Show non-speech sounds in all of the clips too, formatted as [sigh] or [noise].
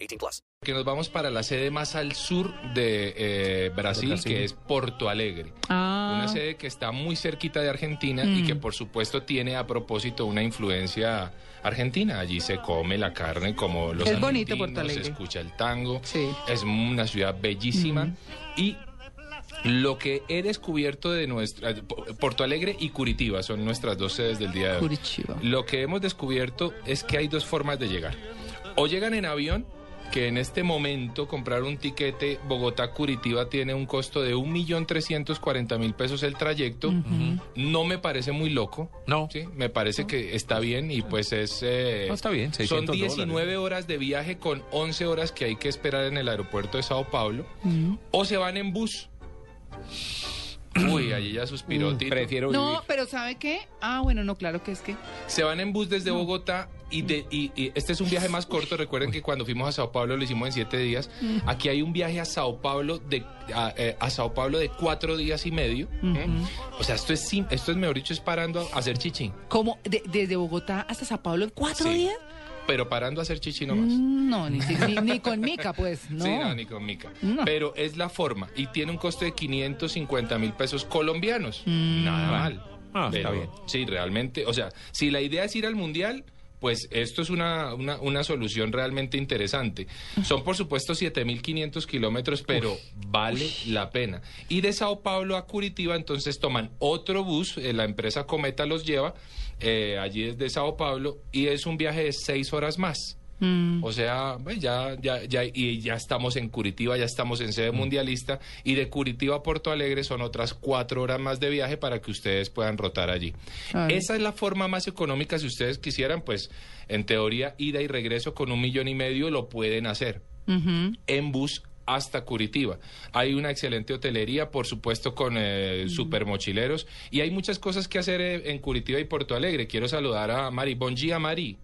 18 plus. que nos vamos para la sede más al sur de eh, Brasil, que es Porto Alegre. Ah, Mm. Una sede que está muy cerquita de Argentina y que por supuesto tiene a propósito una influencia argentina. Allí se come la carne como los Es bonito argentinos, Porto Alegre. se escucha el tango. Sí. Es una ciudad bellísima y lo que he descubierto de nuestra eh, Po- Porto Alegre y Curitiba son nuestras dos sedes del día de hoy. Curitiba. Lo que hemos descubierto es que hay dos formas de llegar. O llegan en avión, que en este momento comprar un tiquete Bogotá-Curitiba tiene un costo de 1.340.000 pesos el trayecto. No me parece muy loco. No. ¿sí? Me parece que está bien y pues es... eh, No, está bien, Son 600 dólares. 19 horas de viaje con 11 horas que hay que esperar en el aeropuerto de Sao Paulo. O se van en bus. Uy, allí ya suspiró Tito. Prefiero no, pero ¿sabe qué? Ah, bueno, no, claro que es que. Se van en bus desde Bogotá y, de- y- y este es un viaje más corto. Recuerden que cuando fuimos a Sao Paulo lo hicimos en siete días. Aquí hay un viaje a Sao Paulo de a, eh, a Sao Paulo de cuatro días y medio. ¿Mm? O sea, esto es sim- esto es mejor dicho es parando a hacer chichín, ¿Cómo? De- ¿Desde Bogotá hasta Sao Paulo en cuatro Sí. días? pero parando a hacer chichín nomás. Mm, No, ni, si- ni, ni con mica, pues. No. [laughs] Sí, no, ni con mica. No. Pero es la forma y tiene un costo de 550 mil pesos colombianos. Mm. Nada mal. Ah, está Pero, bien. Sí, realmente. O sea, si la idea es ir al mundial. Pues esto es una, una, una solución realmente interesante. Son, por supuesto, 7.500 kilómetros, pero vale la pena. Y de Sao Paulo a Curitiba, entonces toman otro bus, eh, la empresa Cometa los lleva, eh, allí desde Sao Paulo, y es un viaje de seis horas más. O sea, pues, ya, ya, ya, y ya estamos en Curitiba, ya estamos en sede mundialista, y de Curitiba a Porto Alegre son otras cuatro horas más de viaje para que ustedes puedan rotar allí. Ay. Esa es la forma más económica, si ustedes quisieran, pues en teoría ida y regreso con un millón y medio lo pueden hacer Ujú. en bus hasta Curitiba. Hay una excelente hotelería, por supuesto, con eh, super mochileros, y hay muchas cosas que hacer eh, en Curitiba y Porto Alegre. Quiero saludar a Mari. Bon a Mari.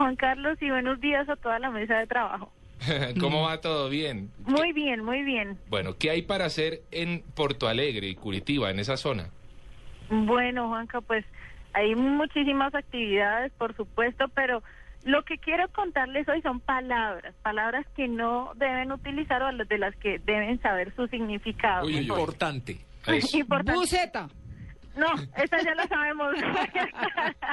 [laughs] Juan Carlos y buenos días a toda la mesa de trabajo. ¿Cómo va todo? Bien. Muy bien, muy bien. Bueno, ¿qué hay para hacer en Porto Alegre y Curitiba, en esa [laughs] zona? Bueno, Juanca, pues hay muchísimas actividades, por supuesto, pero lo que quiero contarles hoy son palabras, palabras que no deben utilizar o a las de las que deben saber su significado. Uy, uy, uy. Importante. Eso. [laughs] Importante. Buceta. No, esa ya la sabemos. [laughs]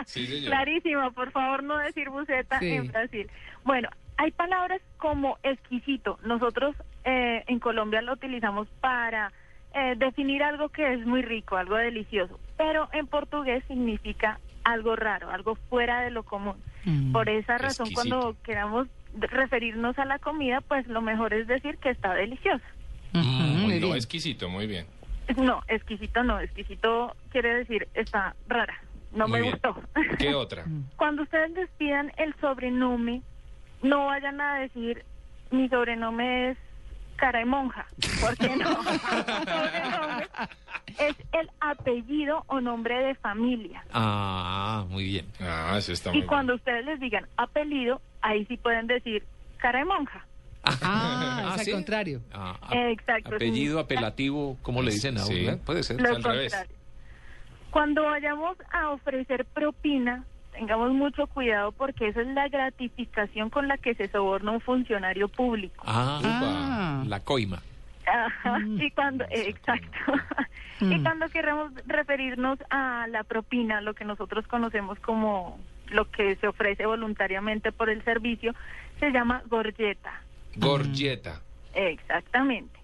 Sí, señor. Clarísimo, por favor no decir buceta Sí. en Brasil. Bueno, hay palabras como exquisito. Nosotros eh, en Colombia lo utilizamos para eh, definir algo que es muy rico, algo delicioso, pero en portugués significa algo raro, algo fuera de lo común. Por esa razón, Exquisito. cuando queramos referirnos a la comida, pues lo mejor es decir que está deliciosa. Ujú, muy Uy, Mm, no, bien. exquisito, muy [laughs] bien. No, exquisito no, exquisito quiere decir está rara, no Muy me bien. gustó. ¿Qué otra? [laughs] Mm. Cuando ustedes despidan el sobrenombre, no vayan a decir mi sobrenombre es cara de monja, porque no. [laughs] Sobrenombre es el apellido o nombre de familia. Ah, muy bien. Ah, eso está muy Y bien. cuando ustedes les digan apellido, ahí sí pueden decir cara de monja. Ah, [laughs] Ah, es al ¿sí? contrario. Ah, a- Exacto, sí. Apellido, apelativo, ¿cómo le dicen Sí. ahora? Puede ser. Lo al revés. contrario. Cuando vayamos a ofrecer propina, tengamos mucho cuidado porque esa es la gratificación con la que se soborna un funcionario público. Ah, Ah. la coima. Ajá, y cuando, eh, exacto. y cuando queremos referirnos a la propina, lo que nosotros conocemos como lo que se ofrece voluntariamente por el servicio, se llama gorjeta. Gorjeta. Exactamente.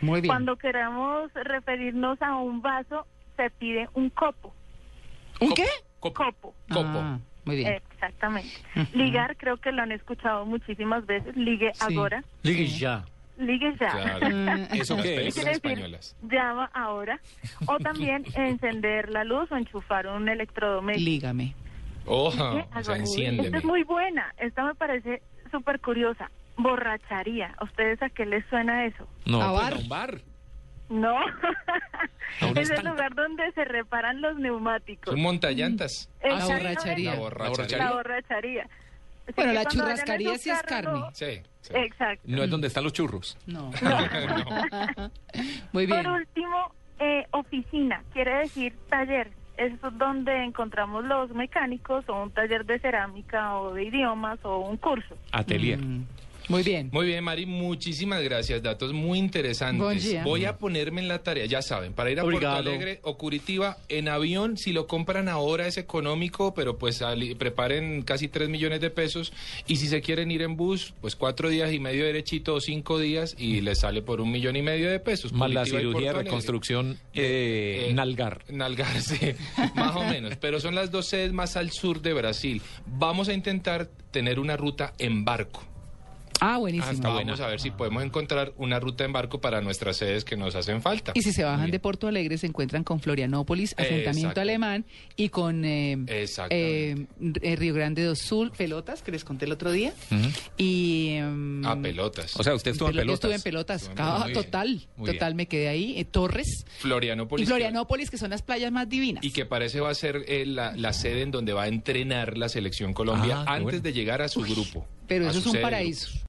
Muy bien. Cuando queramos referirnos a un vaso, se pide un copo. ¿Un qué? Copo. Copo. Copo. Ah, muy bien. Exactamente. Ligar, creo que lo han escuchado muchísimas veces. Ligue Sí. ahora. Ligue ya. Ligue ya. Claro. Mm. Eh. ¿Eso Las qué es? películas Quiere decir, españolas. llama ahora. O [laughs] también encender la luz o enchufar un [laughs] electrodoméstico. Ah, Lígame. Oh, o Ligue sea, ahora. Esta enciéndeme. es muy buena. Esta me parece súper curiosa. Borracharía. ¿A ustedes a qué les suena eso? No, A pues, bar. a un bar. [laughs] No. A un es el estanque. lugar donde se reparan los neumáticos. Son montallantas. La Exactamente, borrachería. La La borracha. borracharía. Así Bueno, que la cuando vayan a churrascaría esos sí es carros, carne. Sí, sí. Exacto. No es donde están los churros. No. No, [laughs] no. Muy bien. Por último, eh, oficina, quiere decir taller. Es donde encontramos los mecánicos o un taller de cerámica o de idiomas o un curso. Atelier. Mm, Muy bien. Muy bien, Mari, muchísimas gracias. Datos muy interesantes. Buen día. Voy a ponerme en la tarea, ya saben, para ir a Porto Obrigado. Alegre o Curitiba en avión, si lo compran ahora es económico, pero pues ali- preparen casi 3 millones de pesos. Y si se quieren ir en bus, pues cuatro días y medio derechito o cinco días y les sale por un millón y medio de pesos. Más la Curitiba y cirugía de Porto Alegre. reconstrucción eh, Eh, nalgar. Nalgar, sí, [laughs] más o menos. Pero son las dos sedes más al sur de Brasil. Vamos a intentar tener una ruta en barco. Ah, buenísimo. Hasta vamos a ver si podemos encontrar una ruta en barco para nuestras sedes que nos hacen falta. Y si se bajan Bien. de Porto Alegre, se encuentran con Florianópolis, Asentamiento Exacto. Alemán y con eh, Exactamente. eh, eh, Río Grande do Sul, Pelotas, que les conté el otro día. Ujú. Y. em, A Ah, pelotas. O sea, usted estuvo en Pelo- yo pelotas. Estuve en pelotas, Estuve en ah, pelotas, muy bien, total, muy total, bien. me quedé ahí. eh, Torres Florianópolis. y Florianópolis, que son las playas más divinas. Y que parece va a ser eh, la, la sede en donde va a entrenar la selección Colombia Ah, qué antes bueno. de llegar a su grupo. Pero a eso su es un sede de paraíso. grupos.